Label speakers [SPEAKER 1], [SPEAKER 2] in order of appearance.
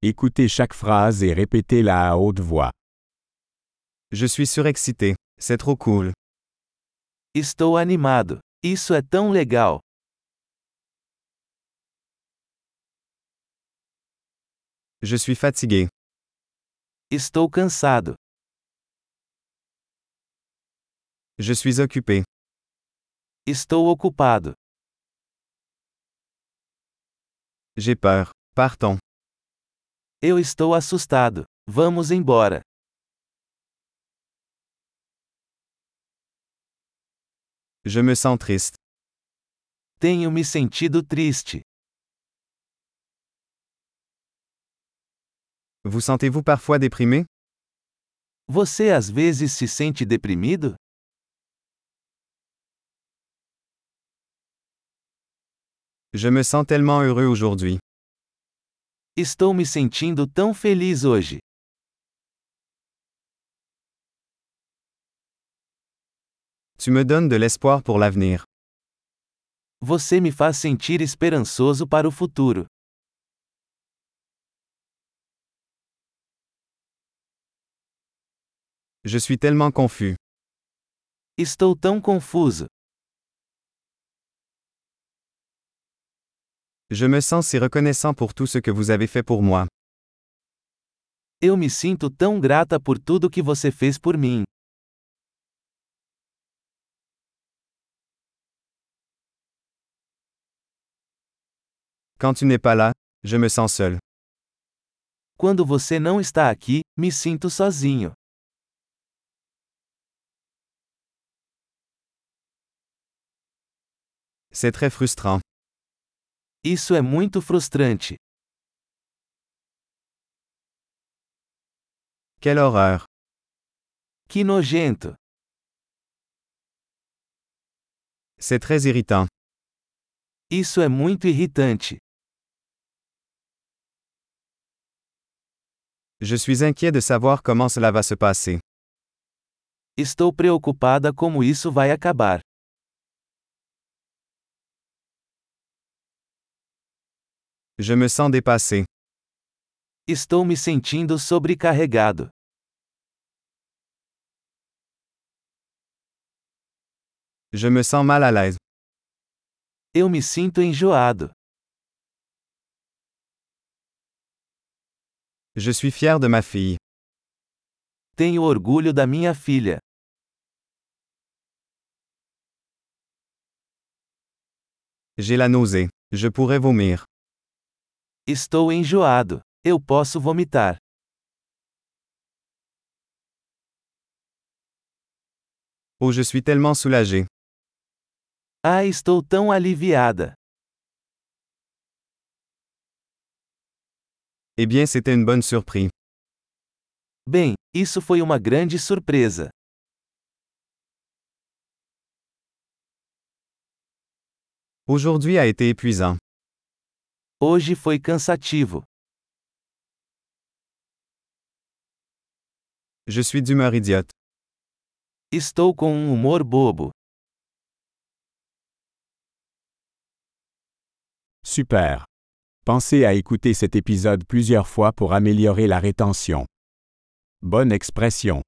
[SPEAKER 1] Écoutez chaque phrase et répétez-la à haute voix.
[SPEAKER 2] Je suis surexcité. C'est trop cool.
[SPEAKER 3] Estou animado. Isso é tão legal.
[SPEAKER 2] Je suis fatigué.
[SPEAKER 3] Estou cansado.
[SPEAKER 2] Je suis occupé.
[SPEAKER 3] Estou ocupado.
[SPEAKER 2] J'ai peur. Partons.
[SPEAKER 3] Eu estou assustado. Vamos embora.
[SPEAKER 2] Je me sens triste.
[SPEAKER 3] Tenho me sentido triste.
[SPEAKER 2] Vous sentez-vous parfois déprimé?
[SPEAKER 3] Você às vezes se sente deprimido?
[SPEAKER 2] Je me sens tellement heureux aujourd'hui.
[SPEAKER 3] Estou me sentindo tão feliz hoje.
[SPEAKER 2] Tu me donnes de l'espoir pour l'avenir.
[SPEAKER 3] Você me faz sentir esperançoso para o futuro.
[SPEAKER 2] Je suis tellement confus.
[SPEAKER 3] Estou tão confuso.
[SPEAKER 2] Je me sens si reconnaissant pour tout ce que vous avez fait pour moi.
[SPEAKER 3] Eu me sinto tão grata por tudo que você fez por mim.
[SPEAKER 2] Quand tu n'es pas là, je me sens seul.
[SPEAKER 3] Quando você não está aqui, me sinto sozinho.
[SPEAKER 2] C'est très frustrant.
[SPEAKER 3] Isso é muito frustrante.
[SPEAKER 2] Quelle horreur.
[SPEAKER 3] Que nojento.
[SPEAKER 2] C'est très irritant.
[SPEAKER 3] Isso é muito irritante.
[SPEAKER 2] Je suis inquiet de savoir comment cela va se passer.
[SPEAKER 3] Estou preocupada como isso vai acabar.
[SPEAKER 2] Je me sens dépassé.
[SPEAKER 3] Estou me sentindo sobrecarregado.
[SPEAKER 2] Je me sens mal à l'aise.
[SPEAKER 3] Eu me sinto enjoado.
[SPEAKER 2] Je suis fier de ma fille.
[SPEAKER 3] Tenho orgulho da minha filha.
[SPEAKER 2] J'ai la nausée. Je pourrais vomir.
[SPEAKER 3] Estou enjoado. Eu posso vomitar.
[SPEAKER 2] Oh, je suis tellement soulagé.
[SPEAKER 3] Ah, estou tão aliviada.
[SPEAKER 2] Eh bien, c'était une bonne surprise.
[SPEAKER 3] Bem, isso foi uma grande surpresa.
[SPEAKER 2] Aujourd'hui a été épuisant.
[SPEAKER 3] Hoje foi cansativo.
[SPEAKER 2] Je suis d'humeur idiote.
[SPEAKER 3] Estou com um humor bobo.
[SPEAKER 1] Super. Pensez à écouter cet épisode plusieurs fois pour améliorer la rétention. Bonne expression.